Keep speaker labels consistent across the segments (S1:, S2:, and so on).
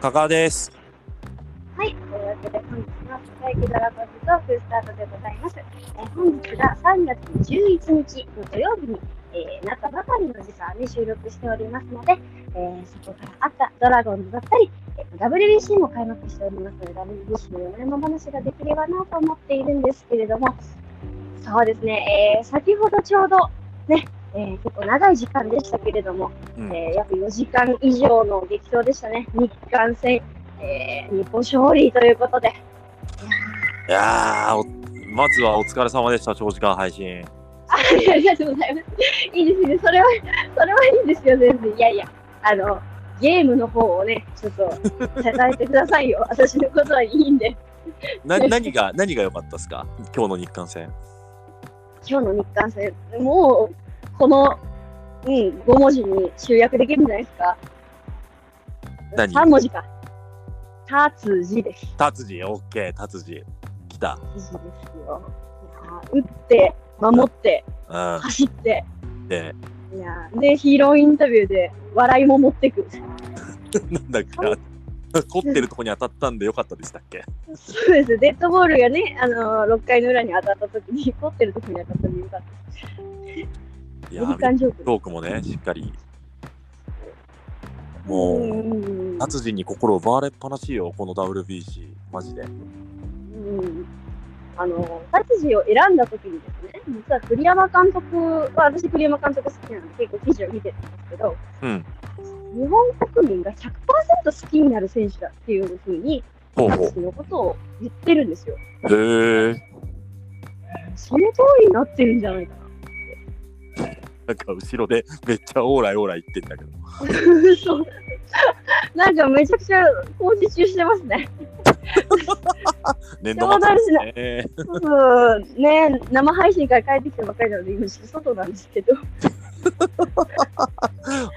S1: 加賀です。
S2: はい、というわけで本日の世界気ドラゴンズトークスタートでございます。えー本日が3月11日の土曜日に、えー、中ばかりの時間に収録しておりますので、えーそこからあったドラゴンズだったり、えー WBC も開幕しておりますので、WBC の裏の話ができればなと思っているんですけれども、そうですね、えー先ほどちょうどね、えー結構長い時間でしたけれども、
S1: うん
S2: えー約4時間以上の激闘でしたね、日韓戦、えー日本勝利ということで、
S1: いやーおまずはお疲れ様でした、長時間配信。
S2: あありがとうございます。いいですね、それは、それはいいんですよ、全然。いやいや、あの、ゲームの方をね、ちょっと支えてくださいよ、 私のことはいいんで、
S1: な何が何が良かったですか今日の日韓戦。
S2: 今日の日韓戦、もう、この、うん、5文字に集約できるんじゃないですか。
S1: 何
S2: 3文字か。たつじです。
S1: 達治、オッケー、達治。来た。
S2: 記事ですよ。いやー打って、守って、
S1: う
S2: 走って、
S1: ん。で、
S2: いやーで、ヒーローインタビューで笑いも持ってく。
S1: なんだっけあ凝ってるとこに当たったんで良かったでしたっけ
S2: そうです、デッドボールがね、あのー、6回の裏に当たったときに、凝ってるとこに当たったのよかった。
S1: い
S2: メ
S1: や
S2: リ
S1: ー
S2: カ、ンジョーク。
S1: トークもね、しっかり。
S2: う
S1: もう、
S2: ん
S1: 達治に心奪われっぱなしよ、この WBC。マジで。
S2: うんあのー、タツジを選んだときにですね、実は栗山監督は、私栗山監督好きなんで、結構記事を見てたんですけど、
S1: うん。
S2: 日本国民が100%好きになる選手だっていうふうに、
S1: ほうほ
S2: タツジのことを言ってるんですよ。
S1: う。へえ。
S2: その通りになってるんじゃないかな。
S1: なんか後ろでめっちゃオーライオーライ言ってんだけど。
S2: そう。 なんかめちゃくちゃ工事中してますね。
S1: 年度末です
S2: 冗
S1: ね。
S2: そうね、生配信から帰ってきたばっかりなので、今ちょっと外なんですけど。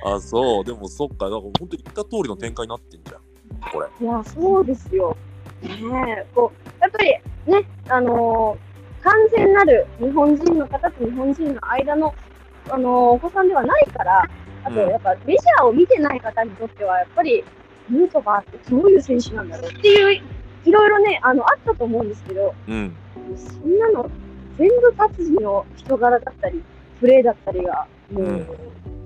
S1: あ、そう。でもそっか。なんか本当言った通りの展開になってんじゃん。これ。
S2: いや、そうですよ。ねえ、こう、やっぱりね、あのー完全なる日本人の方と日本人の間の、あのーお子さんではないから、あと
S1: うん
S2: やっぱメジャーを見てない方にとっては、やっぱりヌートバーってどういう選手なんだろうっていう、いろいろね、あの、あったと思うんですけど、
S1: うん。
S2: そんなの全部達人の人柄だったり、プレーだったりが、もう、
S1: う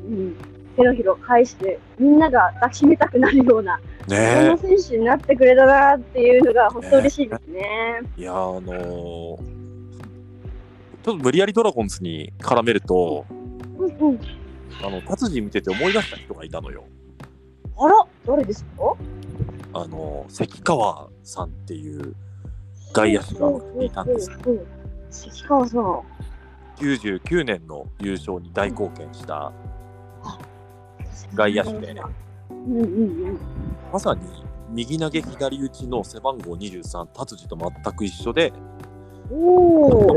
S2: うんん手のひらを返して、みんなが抱きしめたくなるような、そん
S1: ね
S2: な選手になってくれたなっていうのが、本当嬉しいですね。
S1: え。いや、あのーちょっと無理やりドラゴンズに絡めると、
S2: うんうん、
S1: あの、達人見てて思い出した人がいたのよ。
S2: あら、誰ですか
S1: あのー関川さんっていう外野手がいたんです。
S2: うんうん関川さん。
S1: 99年の優勝に大貢献した、外野手でね
S2: うんうん
S1: まさに右投げ左打ちの背番号23、達治と全く一緒で、
S2: うん。お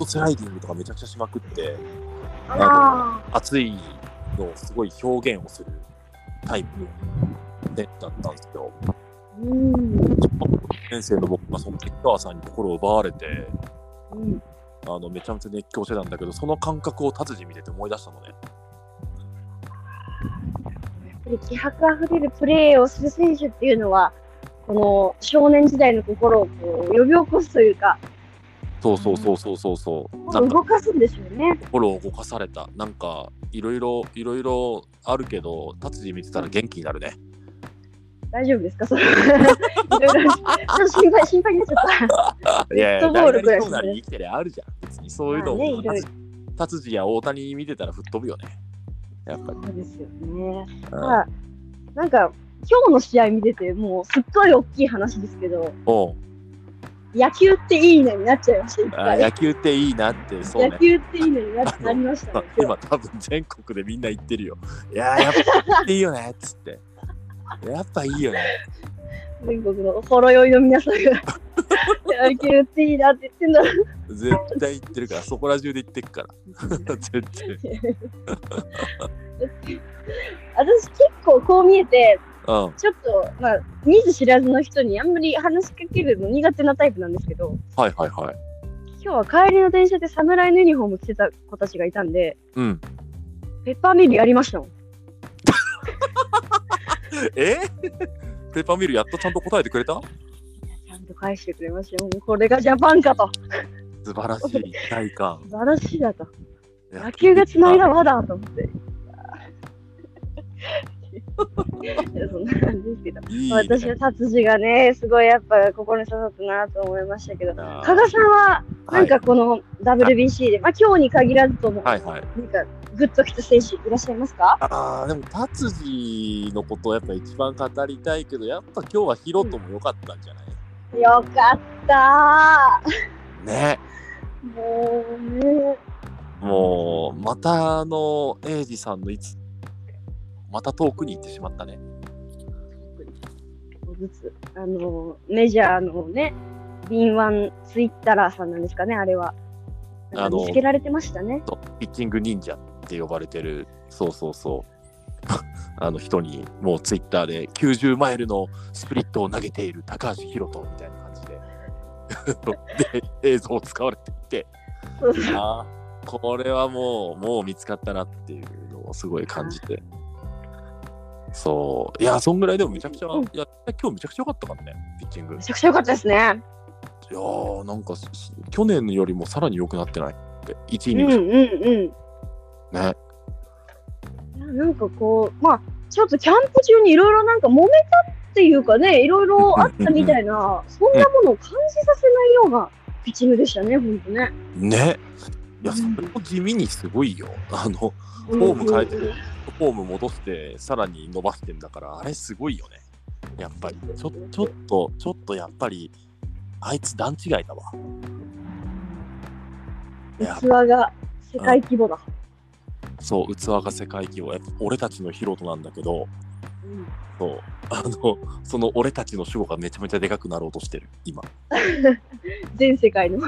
S2: お。
S1: スライディングとかめちゃくちゃしまくって、
S2: あら
S1: 熱いのをすごい表現をするタイプの選手だったんですけど、
S2: ー。うん。
S1: 先生の僕はその関川さんに心を奪われて、
S2: うん。
S1: あのめちゃめちゃ熱狂してたんだけど、その感覚を達治見てて思い出したのね。
S2: やっぱり気迫あふれるプレーをする選手っていうのは、この少年時代の心をこう呼び起こすというか、
S1: そうそうそうそうそうそう。なんか
S2: 動かすんでしょうね。
S1: 心を動かされた。なんかいろいろいろいろあるけど、達治見てたら元気になるね。
S2: 大丈夫ですか、 それ。いろいろ心配、心配になっちゃった。
S1: いやい
S2: フットボールぐらい
S1: そうなりに生きてりゃあるじゃん。別にそういうの
S2: まあねい
S1: も
S2: ろいろ
S1: 達治や大谷見てたら吹っ飛ぶよね。やっぱり。
S2: そうですよね。
S1: うん
S2: まあ、なんか、今日の試合見てて、もうすっごい大きい話ですけど、
S1: おう
S2: 野球っていいねになっちゃいました、いっぱ
S1: あ
S2: い
S1: 野球っていいなって、そうね
S2: 野。球っていいねになっなりましたね。今日
S1: 今多分全国でみんな言ってるよ。いやーやっぱいいよねっつって。やっぱいいよね。
S2: 全国のほろ酔いの皆さんが、 野球っていいなって言ってんだろう
S1: 絶対言ってるから、そこら中で言ってっから。 絶対。
S2: 私結構こう見えて、
S1: うん。
S2: ちょっと、まあ、見ず知らずの人にあんまり話しかけるの苦手なタイプなんですけど、
S1: はいはいはい。
S2: 今日は帰りの電車で侍のユニフォーム着てた子たちがいたんで、
S1: うん。
S2: ペッパーミルやりましたもん。
S1: えペーパーミルやっとちゃんと答えてくれた
S2: ちゃんと返してくれましたよ。もうこれがジャパンかと。
S1: 素晴らしい一体感
S2: 素晴らしいだと。野球がつないだ輪だと思って。いやいやそんな感じですけど。
S1: いい、ね、
S2: 私は達治がね、すごいやっぱ心に刺さったなと思いましたけど、
S1: あー
S2: 加賀さんはなん
S1: は
S2: かこの WBC で、まあ今日に限らずとも、
S1: はいはい
S2: なんかグッときた選手いらっしゃいますか
S1: ああでも達治のことをやっぱ一番語りたいけどやっぱ今日はヒロトも良かったんじゃない、
S2: よかった
S1: ね
S2: ーもうね、
S1: もうまたあの英二さんのいつまた遠くに行ってしまったね
S2: ちょっとずつ、あの、メジャーのね、敏腕ツイッターさんなんですかね、あれは。な
S1: あ
S2: ん
S1: の
S2: か見つけられてましたね。
S1: とピッチング忍者って呼ばれてるそうそうそう あの人にもうツイッターで90マイルのスプリットを投げている高橋宏斗みたいな感じで で映像を使われてい て
S2: そうそう
S1: あーこれはもうもう見つかったなっていうのをすごい感じてそういやそんぐらいでもめちゃくちゃ、
S2: うん
S1: いや今日めちゃくちゃ良かったからねピッチングい
S2: めちゃくちゃ良かったですね。
S1: やーなんかし去年よりもさらに良くなってないって1イ
S2: うん
S1: ニン
S2: うん
S1: グ
S2: うん。い
S1: ね、
S2: やなんかこう、まあ、ちょっとキャンプ中にいろいろなんか揉めたっていうかね、いろいろあったみたいな、そんなものを感じさせないようなピッチングでしたね、本当ね。
S1: ねいや
S2: うん
S1: それも地味にすごいよ あの
S2: フ
S1: ォーム変えてるフォーム戻してさらに伸ばしてんだからあれすごいよねやっぱりちょちょっとちょっとやっぱりあいつ段違いだわいや
S2: 器が世界規模だ。
S1: そう器が世界規模やっぱ俺たちのヒロトなんだけど
S2: うん
S1: そうあのその俺たちの主語がめちゃめちゃでかくなろうとしてる今
S2: 全世界の。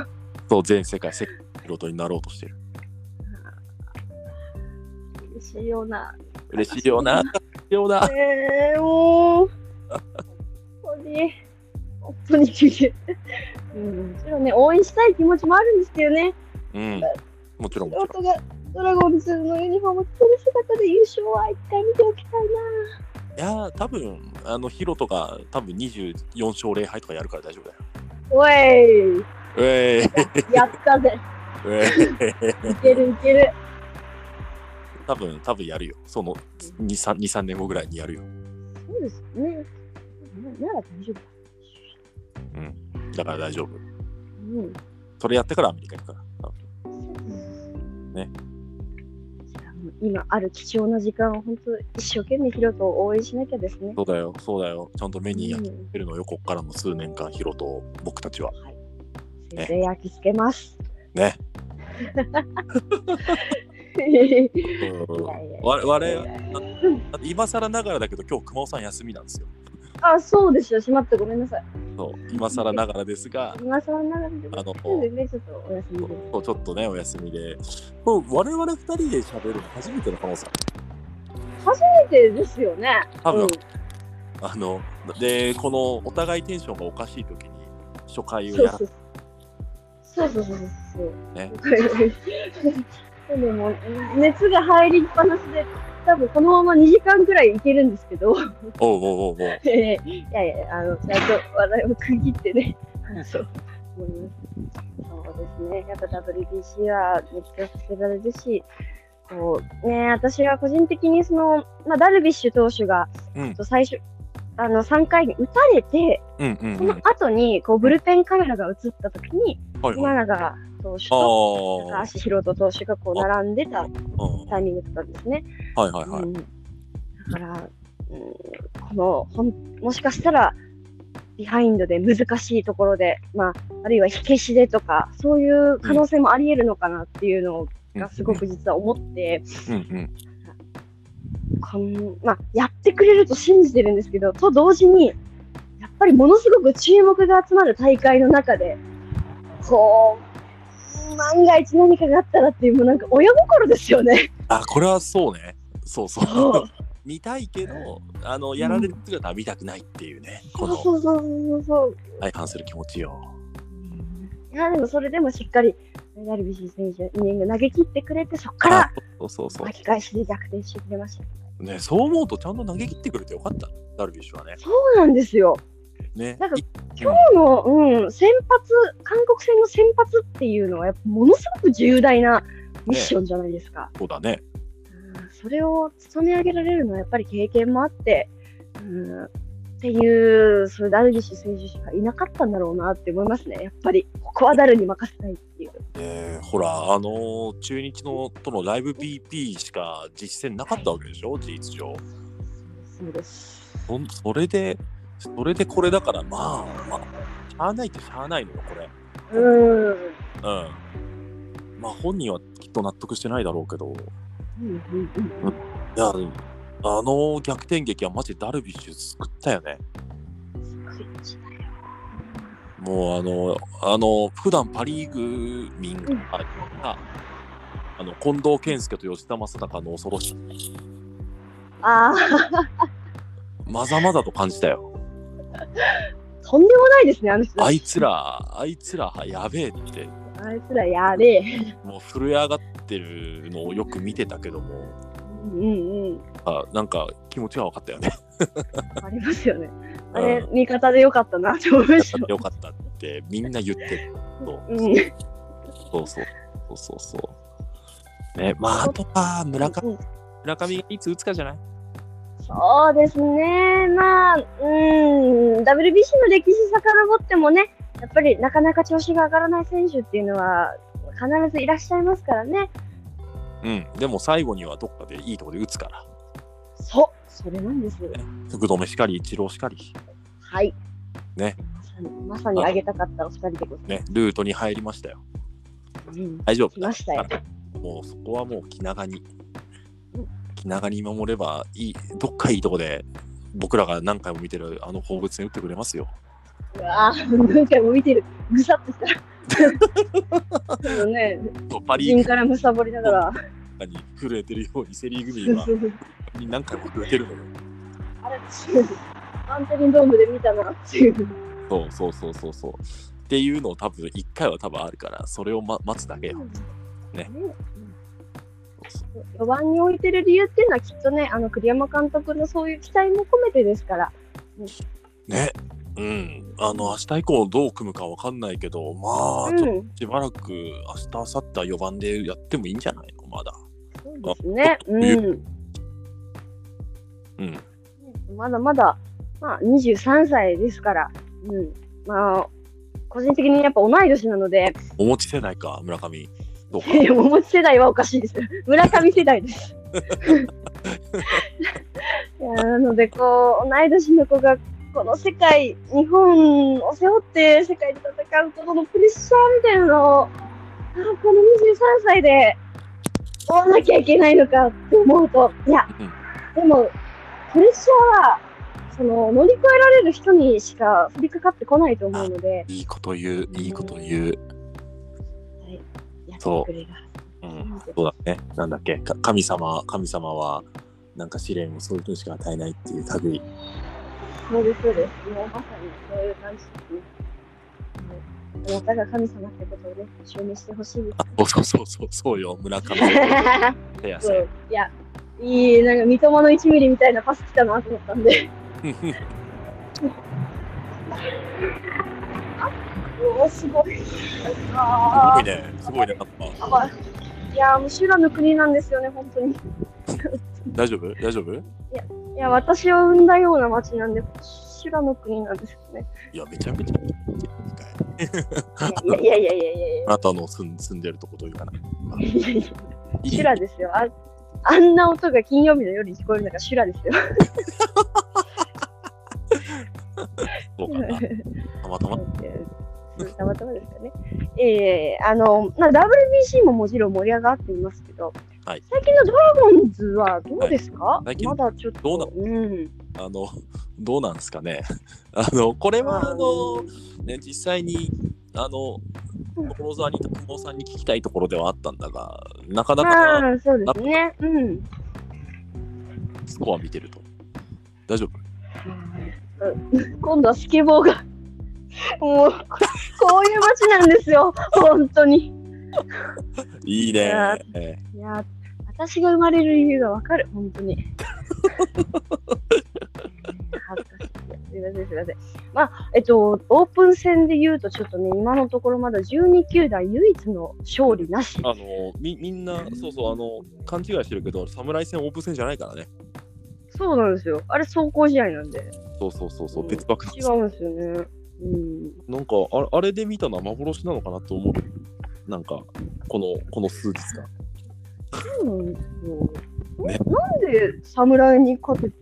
S1: そう全世界世界のヒロトになろうとしてる
S2: 嬉しいような。
S1: 嬉しいよな嬉しいよな
S2: えー、もう、本当に、本当に聞いて。うん、もちろんね、応援したい気持ちもあるんですけどね、
S1: うんもちろんもちろん
S2: 弟がドラゴンズのユニフォーム着てる姿で優勝は一回見ておきたいな。
S1: いやー多分あのヒロトが多分24勝0敗とかやるから大丈夫だよ。
S2: おい
S1: ええ
S2: やったぜ いけるいける
S1: 多分多分やるよ。その23 23年後ぐらいにやるよ。
S2: そうですねななら大丈夫
S1: だから大丈夫。
S2: うん
S1: それやってからアメリカ行くから。多分ね
S2: じゃあもう今ある貴重な時間を本当一生懸命ヒロトを応援しなきゃですね
S1: そうだよ、そうだよ。ちゃんと目に焼
S2: う
S1: き
S2: ん
S1: 付けるのよ、こっからの数年間、ヒロと僕たちは。
S2: 先生焼き付けます
S1: ね
S2: いやいや
S1: 我々、だって今更ながらだけど、今日熊尾さん休みなんですよ。
S2: あそうでしたしまってごめんなさい
S1: そう今更ながらですが、
S2: 今更ながらで
S1: あの
S2: ねちょっとお休みで
S1: そうちょっとね、お休みで。これ我々二人で喋るの初めての可能性
S2: 初めてですよね
S1: 多分
S2: うん
S1: あのでこのお互いテンションがおかしい時に初回を
S2: そう
S1: やら
S2: そうそうそうそうそうそう。
S1: ね
S2: でも熱が入りっぱなしで、多分このまま2時間くらいいけるんですけど、
S1: おうおうおうおう
S2: いやいやいや、あのちゃんと話題を区切ってね、そう思います。そうですね、やっぱ WBC は熱狂させられるし、こうね、私は個人的にその、まあ、ダルビッシュ投手が、
S1: うん
S2: 最初あの3回に打たれて、
S1: うんうん
S2: そうの
S1: ん
S2: 後にこうブルペンカメラが映った時に、
S1: はい
S2: 今
S1: はい
S2: 永投手
S1: あ
S2: と
S1: ー
S2: 高橋宏斗投手がこう並んでた
S1: うん
S2: タイミングだったんですね。
S1: はいはいはい
S2: うん、だから、うん、このほんもしかしたらビハインドで難しいところで、まあ、あるいは火消しでとかそういう可能性もありえるのかなっていうのがすごく実は思って、
S1: うんうん
S2: こんまあ、やってくれると信じてるんですけどと同時にやっぱりものすごく注目が集まる大会の中でこう万が一何かがあったらっていうもうなんか親心ですよね。
S1: あこれはそうねそうそ
S2: そう
S1: う 見たいけどあのやられる姿は見たくないっていうねこの
S2: そうそうそうそう
S1: 相反する気持ちよ
S2: いやでもそれでもしっかりダルビッシュ選手イニング投げ切ってくれてそこか
S1: あ
S2: ら
S1: そうそうそう
S2: 巻き返しで逆転してくれました。
S1: ね、そう思うとちゃんと投げ切ってくれてよかった、ダルビッシュはね。
S2: そうなんですよ。
S1: ね
S2: なんか
S1: い
S2: 今日の、うん、先発、韓国戦の先発っていうのは、やっぱものすごく重大なミッションじゃないですか。
S1: そうだね。
S2: うんそれを務め上げられるのはやっぱり経験もあって、うん、っていう、そういうダルビッシュ選手しかいなかったんだろうなって思いますね、やっぱり、ここはダルに任せたいっていう。
S1: ねほら、あのー中日のとのライブ BP しか実践なかったわけでしょ、事実上。
S2: そうです。
S1: そんそれで、それでこれだから、まあ、まあ、しゃあないってしゃあないのよ、こ
S2: う
S1: れ。
S2: ん。うん
S1: うん。まあ、本人はきっと納得してないだろうけど、
S2: うんうん
S1: いや、でもあの逆転劇はマジダルビッシュ救ったよね。
S2: うん。すごい
S1: もうあの、あの、普段パリーグ民
S2: うん
S1: が、ああの、近藤健介と吉田正尚の恐ろしさ、
S2: ああ、
S1: まざまざと感じたよ。
S2: とんでもないですね、あの人。
S1: あいつら、あいつら、やべえって、
S2: あいつらやべえ。
S1: もう震え上がってるのをよく見てたけども、
S2: うんうんうん。
S1: あなんか気持ちが分かったよね。
S2: ありますよね。あれ
S1: う、ん
S2: 味方でよかったなって思いました。
S1: よかったってみんな言ってる。そう
S2: うん。
S1: そうそうそうそうそう。ね、まあ、あとは村上
S2: うん
S1: 村上がいつ打つかじゃない
S2: そうですね、まあ、うん、WBC の歴史遡ってもね、やっぱりなかなか調子が上がらない選手っていうのは、必ずいらっしゃいますからね。
S1: うん、でも最後にはどっかでいいとこで打つから。
S2: そう、それなんです。
S1: 福留しかり、一郎しかり、
S2: はい。
S1: ね
S2: まさに。まさに上げたかったお二人でござい
S1: ね、ルートに入りましたよ。
S2: ます。うん
S1: 大丈
S2: 来
S1: 夫
S2: ましたよ。
S1: もうそこはもう気長に、気長に守ればいい、どっかいいとこで、僕らが何回も見てるあの放物線打ってくれますよ。
S2: うわぁ、何回も見てる。ぐさっとした。でもね、
S1: パ・リ
S2: 陣
S1: ーグ
S2: からむさぼりながら。
S1: に震えてるように、セ・リーグ民 は何回も震えてるのよ。
S2: あれ、 アンテリンドームで見たなっていう。
S1: そうそうそうそうそう。っていうのを多分一回は多分あるから、それを、ま、待つだけよ。ね
S2: 4番に置いてる理由っていうのはきっとねあの栗山監督のそういう期待も込めてですから
S1: ね。うん。あの、明日以降どう組むかわかんないけど、まあ、
S2: うん
S1: ちょっ
S2: そ
S1: としばらく明日、明後日は4番でやってもいいんじゃないのまだ。
S2: うですねうん、
S1: うん。
S2: まだまだ、まあ、23歳ですから、うん、まあ個人的にやっぱ同い年なので
S1: お持ち世代か、村上。 どうか。
S2: お持ち世代はおかしいです。村上世代です。いやなのでこう同い年の子がこの世界日本を背負って世界で戦うことのプレッシャーみたいなのをあーこの23歳で追わなきゃいけないのかって思うといや
S1: うん
S2: でもプレッシャーはその乗り越えられる人にしか降りかかってこないと思うので
S1: いいこと言う、いいこと言
S2: やっ
S1: う。
S2: て
S1: そう
S2: くれが
S1: うん。そうだね。なんだっけ。か神様、神様は、なんか試練をそういう人にしか与えないっていう類。
S2: そうです、そうです。もうまさにそういう感じですね。あなたが神様ってことをね、証明してほしいです。
S1: あそうそうそう、そうよ。村上。手汗
S2: そういや、いい、なんか三笘の1ミリみたいなパス来たなと思ったんで、 うわ、すごい。
S1: す
S2: ああ
S1: ごい、ね、すごいね、やっぱ
S2: やばい。いやー、もう修羅の国なんですよね、本当に。い
S1: 大丈夫大丈夫い
S2: や、私を産んだような町なんで、修羅の国なんですよね。
S1: や、めちゃめちゃいいじゃないかい。
S2: いやいやいやいやいやいや
S1: あなたの住ん住んでるとこというかな。
S2: いやいや。
S1: いい
S2: 修羅ですよ。ああんな音が金曜日の夜に聞こえるのが修羅です よ。
S1: そうかな。たまたま。
S2: たまたまですかね。ええあの、まあ、WBC ももちろん盛り上がっていますけど、
S1: はい
S2: 最近のドラゴンズはどうですか、
S1: い最近
S2: まだちょっと。
S1: どうな
S2: うん。
S1: あの、どうなんですかね。 あの、これは、あの、ね、実際に、あの、所沢にいた久保さんに聞きたいところではあったんだが、なかな
S2: ま
S1: か
S2: あ、そうですね。うん。
S1: スコア見てると。大丈夫
S2: 今度はスケボーが。もう、ここういう街なんですよ。本当に。
S1: いいね。ええ
S2: いやー、私が生まれる理由がわかる、本当に。恥ずかしい。 すいません、すいません。まあ、えっと、オープン戦で言うと、ちょっとね、今のところまだ12球団唯一の勝利なし。
S1: あのみみんな、そうそう、あの勘違いしてるけど、侍戦、オープン戦じゃないからね。
S2: そうなんですよ。あれ、走行試合なんで。
S1: そうそうそう、そううん別爆なんで
S2: 違
S1: すよ
S2: うんですよね。うん。
S1: なんかあれ、あれで見たのは幻なのかなと思う。なんか、この、この数日間。
S2: そうなんですよ。な
S1: ね
S2: んで侍に勝てて、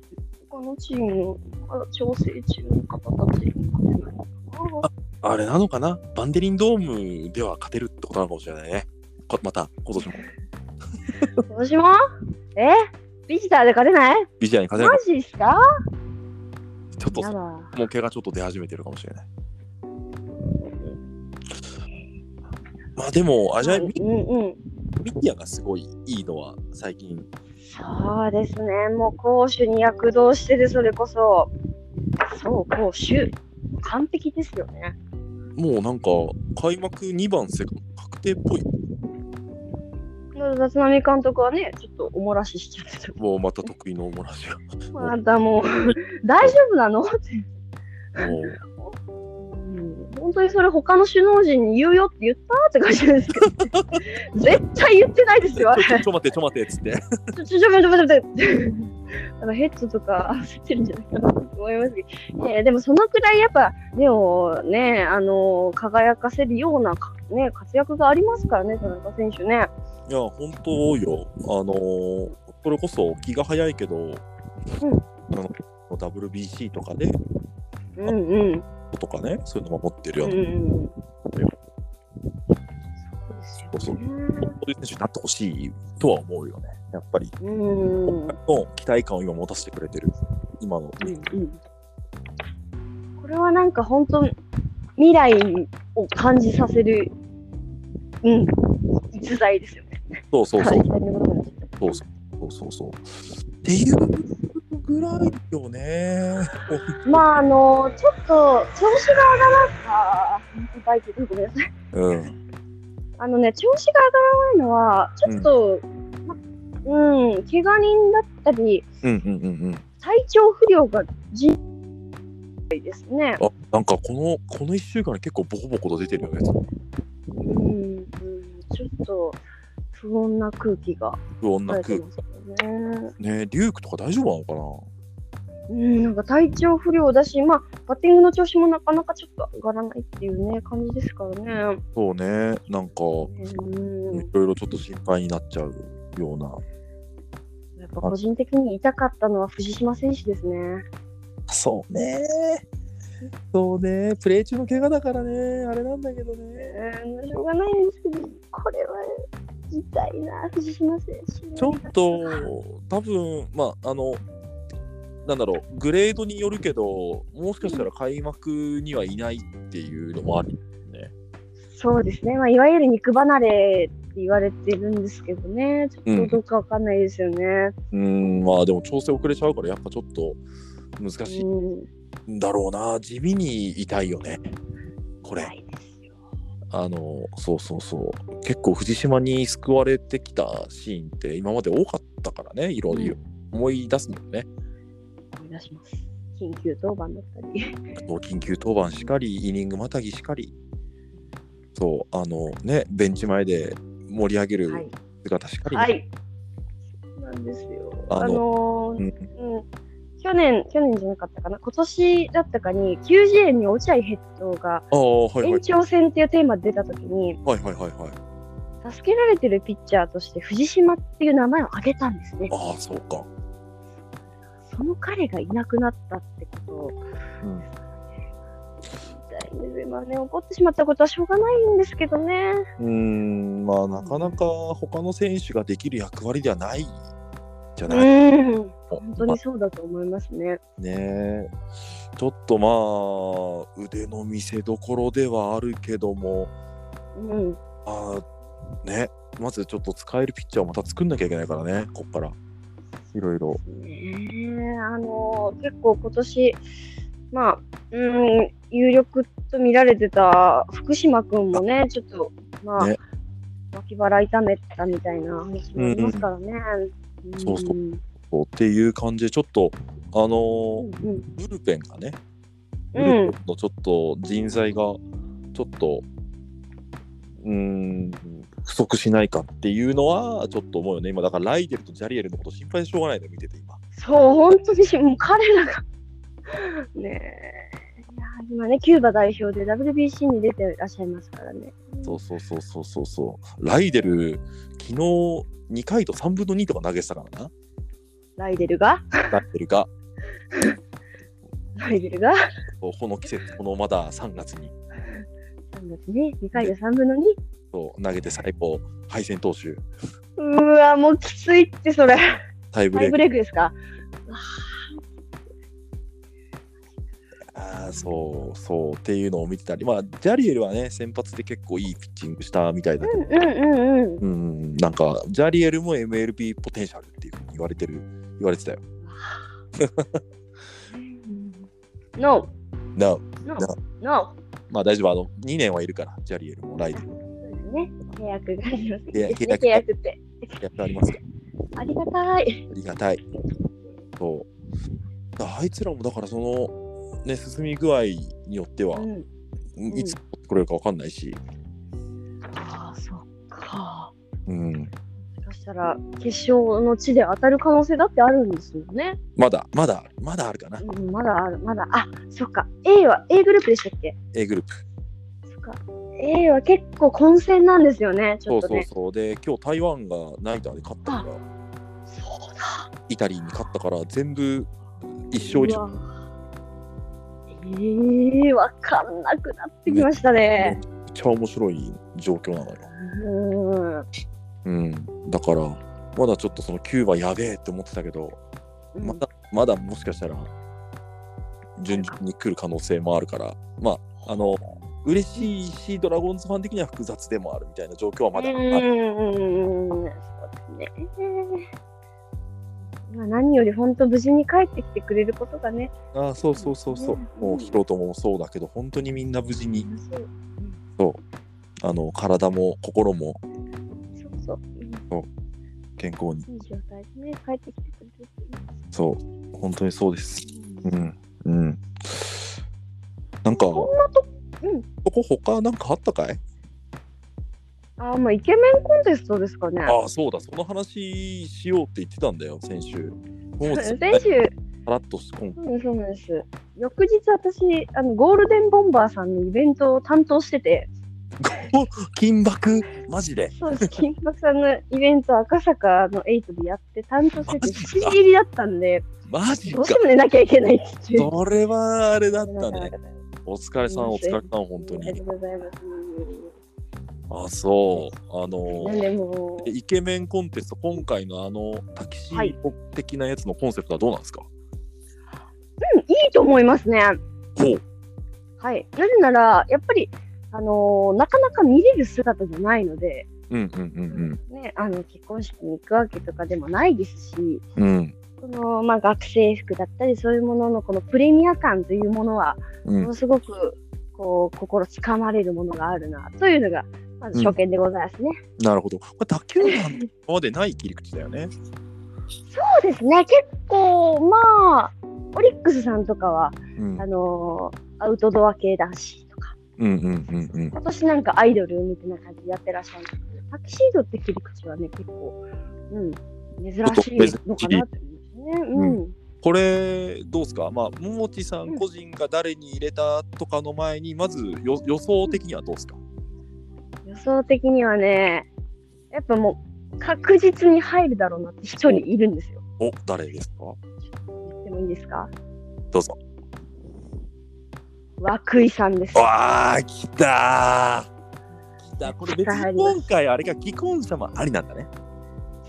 S2: 他のチームの調整中の方たちに勝てないのかな
S1: あれなのかなバンデリンドームでは勝てるってことなのかもしれないね。こまた、今年も。
S2: 今年もえビジターで勝てない
S1: ビジャーに勝てな
S2: マ
S1: い
S2: ジっすか
S1: ちょっと
S2: やだ。
S1: もう毛がちょっと出始めてるかもしれない。まあでも、あれじゃないミ
S2: うんうん。
S1: ミディアがすごいいいのは最近、
S2: そうですね。もう攻守に躍動してて、それこそ。そう、攻守。完璧ですよね。
S1: もうなんか開幕2番セカンド確定っぽい。
S2: 立浪監督はね、ちょっとお漏らししちゃってた
S1: もうまた得意のモラシ が。
S2: またもう、大丈夫なのって、
S1: も
S2: う
S1: う
S2: ん本当にそれ他の首脳陣に言うよって言ったって感じです けど、絶対言ってないですよ、あれ。
S1: ちょちょ待ってちょ待ってっつって。
S2: ちょ、ちょ、ちょ、待って、待って、待って。あのヘッドとか焦ってるんじゃないかなと思いますけど、ねえ、でもそのくらいやっぱ目をね、あの輝かせるようなか、ね、活躍がありますからね、田中選手ね。
S1: いや本当多いよ。あのーこれこそ気が早いけど、あの WBC とかで
S2: うんうん。
S1: とかねそういうのが持ってる
S2: う
S1: よ
S2: ん
S1: う
S2: う
S1: な、
S2: んうん。
S1: そ
S2: そうですよ
S1: う
S2: ね。
S1: そういう選手になってほしいとは思うよね。やっぱり
S2: うんうん
S1: の期待感を今持たせてくれてる今の。
S2: これはなんか本当未来を感じさせる、うん、逸材ですよね。
S1: そうそうそう
S2: はい何でもないです
S1: そうそうそうそう。っていうぐらいよね。
S2: まああのちょっと調子が上がらないあバイクごめんなさい。
S1: うん。
S2: あのね調子が上がらないのはちょっと、まうん、怪我人だったり
S1: うんうんうんうん。
S2: 体調不良がじですね。
S1: あなんかこのこの1週間に結構ボコボコと出てるよね。
S2: うん、うん、ちょっと不穏な空気が
S1: 不穏
S2: 流
S1: な
S2: れ
S1: 空
S2: て
S1: 気。
S2: ますよね。
S1: ねリュークとか大丈夫なの
S2: うん、なんか体調不良だし、まあ、バッティングの調子もなかなかちょっと上がらないっていうね、感じですからね。
S1: かなそうね、なんか
S2: うん、
S1: いろいろちょっと心配になっちゃうような。
S2: やっぱ個人的に痛かったのは藤島選手ですね。
S1: そうね。そうね、プレー中の怪我だからね、あれなんだけどね。
S2: うん、しょうがないんですけど、これは痛いな、藤島選手。
S1: ちょっと、多分まあ、あの、なんだろう、グレードによるけど、もしかしたら開幕にはいないっていうのもあるね。
S2: そうですね、まあ、いわゆる肉離れって言われてるんですけどね、ちょっ
S1: う
S2: と
S1: ん
S2: どうかわかんないですよね。
S1: うん、まあでも調整遅れちゃうから、やっぱちょっと難しい。
S2: うん、
S1: だろうな地味に痛いよねこ
S2: 痛
S1: れ
S2: いですよ。
S1: あのそうそうそう結構藤島に救われてきたシーンって今まで多かったからねいろいろ思い出すもんね、
S2: 思い出します。緊急登板だったり。
S1: 緊急登板しかりイニングまたぎしかりそうあのねベンチ前で盛り上げ
S2: はい
S1: る姿しかり、
S2: はい。なんですよ。
S1: あの
S2: あのー
S1: うん
S2: うん、去年、去年じゃなかったかな、今年だったかに、90円に落合ヘッドが、
S1: ああはいは
S2: 延
S1: い
S2: 長戦っていうテーマで出たときに、
S1: はいはいはいはい
S2: 助けられてるピッチャーとして、藤島っていう名前を挙げたんですね。
S1: ああそうか、
S2: その彼がいなくなったってことを。
S1: うん
S2: 痛いですよまあね、怒ってしまったことはしょうがないんですけどね。
S1: うーんまあなかなか他の選手ができる役割ではないじゃ
S2: う
S1: ない、
S2: ん、本当にそうだと思いますね。
S1: ねえちょっとまあ腕の見せどころではあるけども
S2: うん、
S1: あーねまずちょっと使えるピッチャーをまた作んなきゃいけないからねこっからいろいろ
S2: ねえあの結構今年、まあ、うん、有力と見られてた福島君もね、ちょっと、まあ、
S1: ね
S2: 脇腹痛めたみたいな話もありますからね。うん
S1: そうそうそうっていう感じでちょっとあのー
S2: うんうん
S1: ブルペンがねブ
S2: う
S1: ル
S2: ん
S1: ペンのちょっと人材がちょっとうーん不足しないかっていうのはちょっと思うよね今だからライデルとジャリエルのこと心配でしょうがないのよ見てて今
S2: そう、本当にし、もう彼らが。ねえ。いや今ね、キューバ代表で WBC に出てらっしゃいますからね。
S1: そうそうそうそうそうそうライデル昨日2回と3分の2とか投げてたからな
S2: ライデルが
S1: ライデルが
S2: ライデルが
S1: この季節このまだ3月に
S2: 3月に2回で3分の2。
S1: そう投げて最後敗戦投手
S2: うーわ、もうきついって、それ。
S1: タイブ
S2: タ
S1: レ
S2: イブ
S1: ーク
S2: レイクですか
S1: あーそうそうっていうのを見てたりまあジャリエルはね先発で結構いいピッチングしたみたいだけど、
S2: うんうんうんうん。
S1: うん、なんかジャリエルも MLB ポテンシャルっていうふうに言われてる言われてたよ。
S2: No,
S1: なあ
S2: no,
S1: な
S2: no.
S1: まあ大丈夫あの2年はいるからジャリエルもライデルも
S2: そうですね。契約があります。
S1: 契約
S2: ですね契約って。
S1: やってありますから
S2: ありがたい。
S1: ありがたい。そうだからあいつらもだからそのね進み具合によっては、
S2: うん。ん
S1: いつ来れるかわかんないし、
S2: ああ、そっか。
S1: うん、
S2: そしたら、決勝の地で当たる可能性だってあるんですよね。
S1: まだまだまだあるかな
S2: うん、まだある、まだ。あ、そっか。A は、A グループでしたっけ
S1: A グループ。
S2: そっか。A は結構混戦なんですよね、ち
S1: そ
S2: ょ
S1: う
S2: っと
S1: そう
S2: ね。
S1: そうで今日台湾がナイターで勝ったから
S2: そうだ。
S1: イタリーに勝ったから全部一勝
S2: うわええー、わかんなくなってきましたね。
S1: めっちゃ面白い状況なのよ。
S2: うん。
S1: うん、だからまだちょっとそのキューバやべえって思ってたけど、まだまだもしかしたら順々に来る可能性もあるからまああの嬉しいしドラゴンズファン的には複雑でもあるみたいな状況はまだあ
S2: うん
S1: る。
S2: うんうんうんそうですね。まあ何より本当無事に帰ってきてくれることがね。
S1: ああそうそうそうそう、
S2: うん
S1: もうヒロトもそうだけど本当にみんな無事に
S2: そう
S1: あの体も心も
S2: そうそう。うん
S1: 健康に
S2: いい状態でね帰ってきてくれるといいで
S1: そう本当にそうです。
S2: す
S1: う
S2: ね。
S1: んうん、なんか
S2: そんなと
S1: そこ他なんかあったかい
S2: あまあイケメンコンテストですかね。
S1: ああそうだその話しようって言ってたんだよ 先週もう
S2: 先
S1: さ
S2: 週、
S1: らっとしこん
S2: うん、そうなんです。翌日私あのゴールデンボンバーさんのイベントを担当してて、
S1: 金箔マジで
S2: そうで す。金箔さんのイベント赤坂のエイトでやって担当して
S1: マ
S2: て、
S1: ジか
S2: 7時入りだったんで、
S1: マジ
S2: ど
S1: か
S2: うしても寝なきゃいけないっていう。
S1: それはあれだっ
S2: な
S1: た
S2: かな
S1: ね
S2: か
S1: お疲れさんお疲れさん本当
S2: あり
S1: に
S2: がとうございます。
S1: あそうあの
S2: なんでもう
S1: イケメンコンテスト今回のあのタキシ
S2: はい
S1: ード的なやつのコンセプトはどうなんですか、
S2: うんいいと思いますね。
S1: ほう
S2: はい。なぜなら、やっぱり、あのーなかなか見れる姿じゃないので、
S1: うんうん
S2: ね、あの結婚式に行くわけとかでもないですし、
S1: うんうんうん
S2: そのまあ、学生服だったり、そういうもののこのプレミア感というものは、
S1: う
S2: も
S1: ん
S2: のすごくこう心つかまれるものがあるなというのが、まず初見でございますね。
S1: なるほどこれ卓球団の今までない切り口だよね
S2: そうですね、結構、まあ、オリックスさんとかは、
S1: うん
S2: あのーアウトドア系だしとか、
S1: うんうんうんうん
S2: 今年なんかアイドルみたいな感じでやってらっしゃるんですけど、タキシードって切り口はね、結構、うん、珍しいのかなと思いますね。うん
S1: これどうですか、まあ、ももちさ
S2: うんん
S1: 個人が誰に入れたとかの前に、まずよ予想的にはどうですか、
S2: 予想的にはね、やっぱもう、確実に入るだろうなって一人いるんですよ。
S1: お誰ですか
S2: 言ってもいいですか
S1: どうぞ。
S2: 涌井さんです。
S1: わー、来たー来た、これ別
S2: 来た
S1: に今回、あれが既婚者もありなんだね。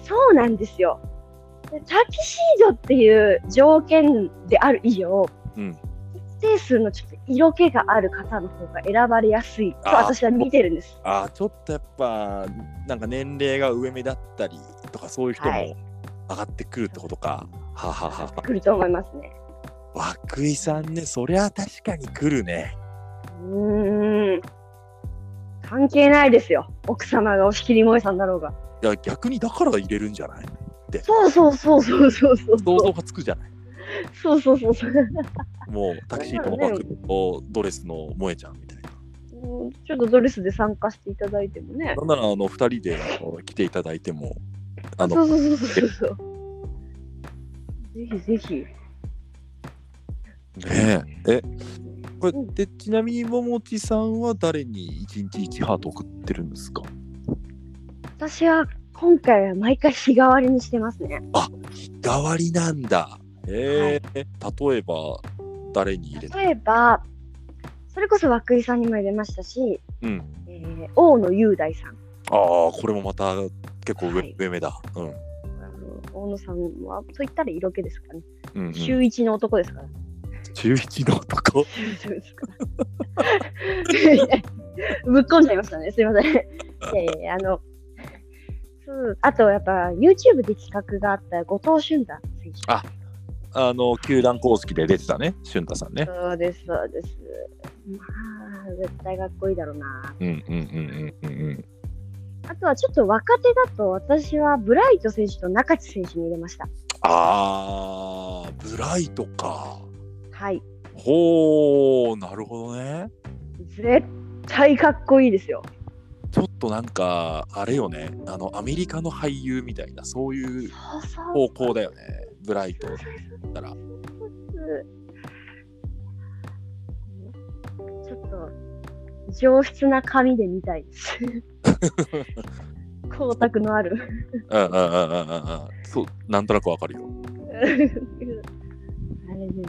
S2: そうなんですよ。でタキシードっていう条件である以上、
S1: うん、
S2: 一定数のちょっと色気がある方の方が選ばれやすいと
S1: あー
S2: 私は見てるんです。
S1: あーちょっとやっぱ、なんか年齢が上目だったりとか、そういう人
S2: は
S1: も
S2: い
S1: 上がってくるってことか。ははは
S2: 来ると思いますね。
S1: は。涌井さんね、そりゃ確かに来るね。
S2: うーん。関係ないですよ。奥様が押切萌えさんだろうが。
S1: いや、逆にだから入れるんじゃないって
S2: そうそうそうそうそうそう
S1: 想像がつくじゃない
S2: そうそうそうそう
S1: もうタキシードのバッグとドレスの萌えちゃんみたいな。
S2: うんちょっとドレスで参加していただいてもね
S1: なんならあの2人であの来ていただいてもあ
S2: そ
S1: の
S2: うそうそうそうそうぜひぜひ
S1: ねええこれ
S2: うん
S1: でちなみにももちさんは誰に1日1ハート送ってるんですか
S2: 私は今回は毎回日替わりにしてますね
S1: 日替わりなんだ。ええ例えば誰に入れた
S2: 例えばそれこそ涌井さんにも入れましたし、
S1: うん
S2: えー大野雄大さん
S1: ああこれもまた結構上,、
S2: はい
S1: 上目だ。うん
S2: あの大野さんはと言ったら色気ですかね、
S1: うんうん、
S2: 週一の男ですから
S1: 中1の男
S2: そうですかぶっこんじゃいましたねすいませんえーあのそうあとやっぱ YouTube で企画があった後藤俊太選手
S1: ああの球団公式で出てたね俊太さんね。
S2: そうですそうですまあ絶対かっこいいだろうな
S1: うんうんうんうんうんうん。
S2: あとはちょっと若手だと私はブライト選手と中地選手に入れました。
S1: ああブライトか。
S2: はい。
S1: ほうなるほどね。
S2: 絶対かっこいいですよ。
S1: ちょっとなんかあれよねあのアメリカの俳優みたいなそういう
S2: そうそう
S1: 方向だよねブライ トだったら。
S2: ちょっと上質な髪で見たいです。光沢のある。
S1: うんうんうんうんうんうんそうなんとなくわかるよ。
S2: あれで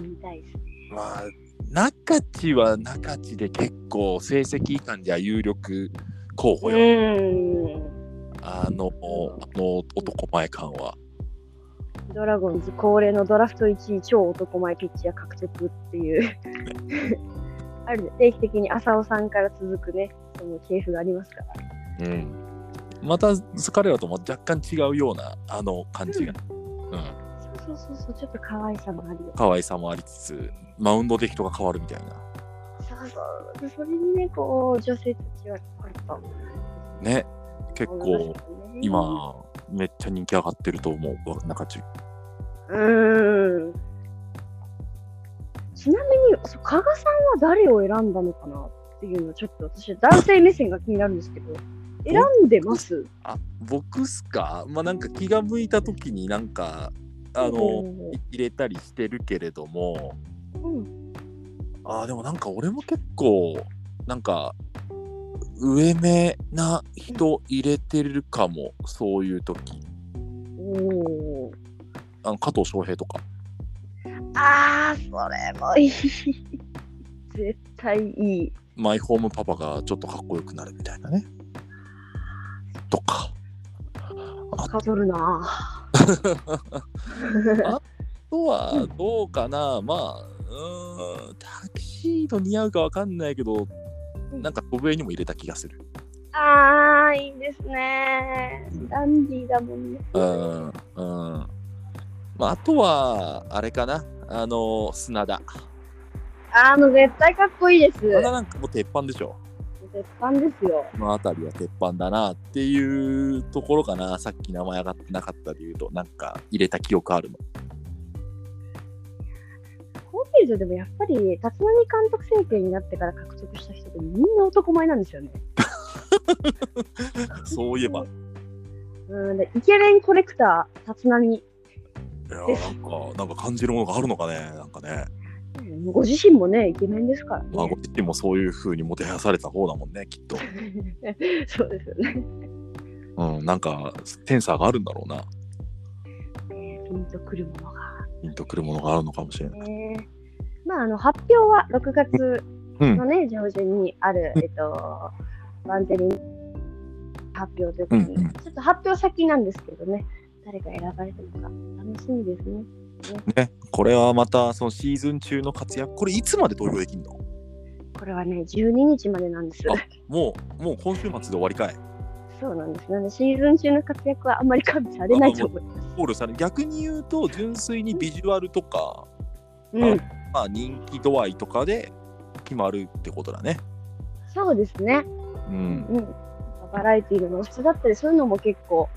S2: 見たいですね。
S1: まあ中地は中地で結構成績以下じゃ有力候補
S2: う
S1: よ、
S2: ーん。
S1: あのあの男前感は。
S2: ドラゴンズ恒例のドラフト1位超男前ピッチャー獲得っていう。 あるね定期的に浅尾さんから続くね、その系譜がありますから。
S1: うん、また彼らとも若干違うようなあの感じが、うん、
S2: そうそうそうそう、ちょっと可愛さもあるよ。
S1: 可愛さもありつつマウンドで人が変わるみたいな。
S2: そうそう。でそれにね、こう、女性たちは、やっぱ、
S1: ね結構。
S2: ね、
S1: 今めっちゃ人気上がってると思うわ中中
S2: うーんちなみにそう加賀さんは誰を選んだのかなっていうのはちょっと私男性目線が気になるんですけど選んでます
S1: あ僕っすかまあなんか気が向いた時になんかあの、
S2: うん
S1: い入れたりしてるけれども
S2: うん
S1: あーでもなんか俺も結構なんか上目な人入れてるかもそういう時
S2: おー
S1: あの加藤翔平とか
S2: あーそれもいい絶対いい
S1: マイホームパパがちょっとかっこよくなるみたいなねとか
S2: かとるな
S1: あとはどうかな、まあうーんタキシード似合うかわかんないけどなんか小笛にも入れた気がする
S2: あーいいですねダンディーだもんね
S1: うんうんまああとはあれかなあの砂田
S2: あーもう絶対かっこいいです
S1: 砂田なんかもう鉄板でしょ
S2: 絶版ですよ
S1: この辺りは鉄板だなっていうところかなさっき名前上がってなかったで言うとなんか入れた記憶あるの
S2: コンビージョでもやっぱり立浪監督政権になってから獲得した人ってみんな男前なんですよね。
S1: そうい えば
S2: うんでイケメンコレクター立浪
S1: いやなんかなんか感じるものがあるのかねなんかね
S2: ご自身もねイケメンですからね。
S1: まあご自身もそういう風にもてはやされた方だもんねきっと
S2: そうですよね。
S1: うん、なんかセンサーがあるんだろうな。
S2: ピンとくるものが。
S1: ピンとくるものがあるのかもしれない。
S2: ねまああの発表は6月
S1: うん
S2: のね上旬にある、えっと、バンテリン発表ということで、
S1: うんうん
S2: ちょっと発表先なんですけどね誰が選ばれたのか楽しみですね。
S1: ね、これはまたそのシーズン中の活躍、これいつまで投票できるの
S2: これはね12日までなんです。
S1: もう、もう今週末で終わりかい。
S2: そうなんです。なのでシーズン中の活躍はあんまり加味されないと思います。
S1: ホールさん、逆に言うと、純粋にビジュアルとか、
S2: う
S1: まあ
S2: ん、
S1: まあ、人気度合いとかで決まるってことだね。
S2: そうですね。
S1: うん。
S2: うん、バラエティーの露出だったりそういうのも結構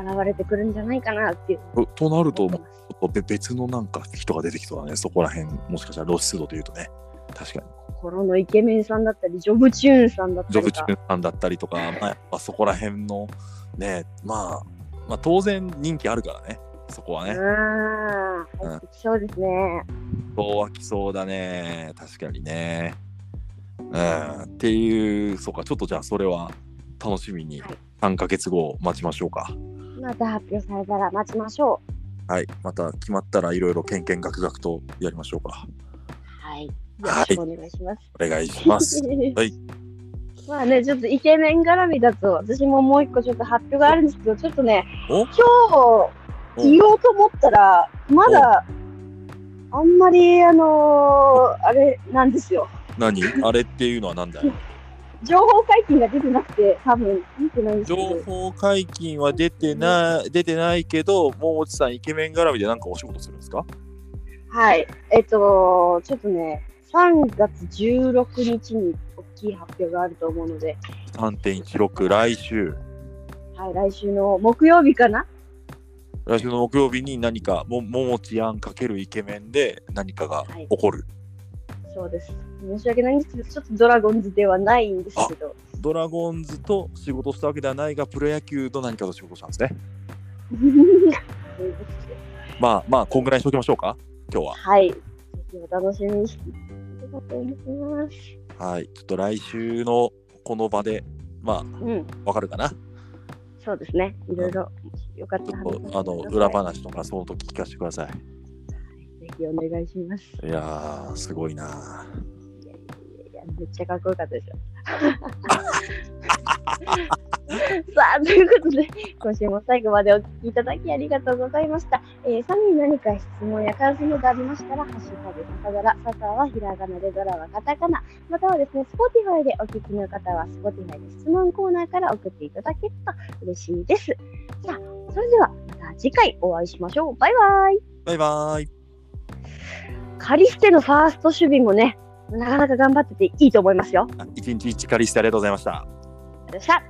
S2: 現れてくるんじゃないかなっていう
S1: ととなると、もっとべ別のなんか人が出てきそうだね、そこら辺、もしかしたら露出度というとね、確かに。
S2: 心のイケメンさんだったり、ジョブチューンさんだった
S1: ジョブ
S2: り
S1: チ
S2: か
S1: ューンさんだったりとか、まあ、やっぱそこら辺のね、まあ、まあ当然人気あるからね、そこはね。
S2: うん、入ってきそうですね。
S1: そうはきそうだね、確かにね。うん、っていう、そうか、ちょっとじゃあそれは楽しみに
S2: はい
S1: 3ヶ月後待ちましょうか。
S2: また発表されたら待ちましょう。
S1: はい、また決まったらいろいろけんけんがくがくとやりましょうか。
S2: はい。よろ
S1: はい
S2: しくお願いします。
S1: お願い します。はい。
S2: まあね、ちょっとイケメン絡みだと、私ももう一個ちょっと発表があるんですけど、ちょっとね、
S1: お
S2: 今
S1: お
S2: 日言おうと思ったら、まだ、あんまり、あのーあれなんですよ。
S1: 何あれっていうのは何 だよ
S2: 情報解禁が出てなくて、多分見てないんです
S1: 情
S2: けど、
S1: 報解禁は出てない、出てないけど、もうおちさんイケメン絡みでなんかお仕事するんですか
S2: はい。えっと、ちょっとね、3月16日に大きい発表があると思うので、
S1: ?3.16 来週。
S2: はい、来週の木曜日かな
S1: 来週の木曜日に何かも、ももちやんかけるイケメンで何かが起こる。
S2: そうです。申し訳ないんですけど、ちょっとドラゴンズではないんですけど、
S1: ドラゴンズと仕事したわけではないが、プロ野球と何かと仕事したんですね。まあまあ、こんぐらいにしときましょうか、今日 は。
S2: はい。ぜひお楽しみにしていただきたいと思います。
S1: はい。ちょっと来週のこの場で、ま
S2: うん、
S1: あ、わかるかな。
S2: そうですね。いろいろ、よかっ
S1: ち
S2: たら
S1: ょ
S2: 話して
S1: っ
S2: く
S1: と、
S2: だ
S1: あ
S2: さい
S1: の、裏話とか、その時聞かせてくださ
S2: ぜひお願いします。
S1: い。いやー、すごいなー。
S2: いやいやいや、めっちゃかっこよかったですよ。 さあ、ということで、今週も最後までお聞きいただきありがとうございました。えー、さらに何か質問や感想などありましたら、ハッシュタグ、サタドラ、サタはひらがなでドラはカタカナ、またはですね、Spotify でお聞きの方は、Spotify で質問コーナーから送っていただけると嬉しいです。さあ、それではまた次回お会いしましょう。バイバイ
S1: バイバーイ。
S2: カリステのファースト守備もね、なかなか頑張ってていいと思いますよ。
S1: 一日一カリしてありがとうございました。
S2: よっしゃ